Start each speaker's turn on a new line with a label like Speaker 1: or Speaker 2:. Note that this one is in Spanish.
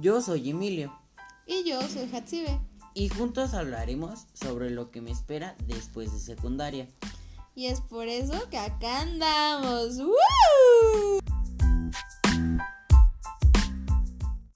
Speaker 1: Yo soy Emilio
Speaker 2: Y yo soy Hatsibe.
Speaker 1: y juntos hablaremos sobre lo que me espera después de secundaria.
Speaker 2: Y es por eso que acá andamos. ¡Woo!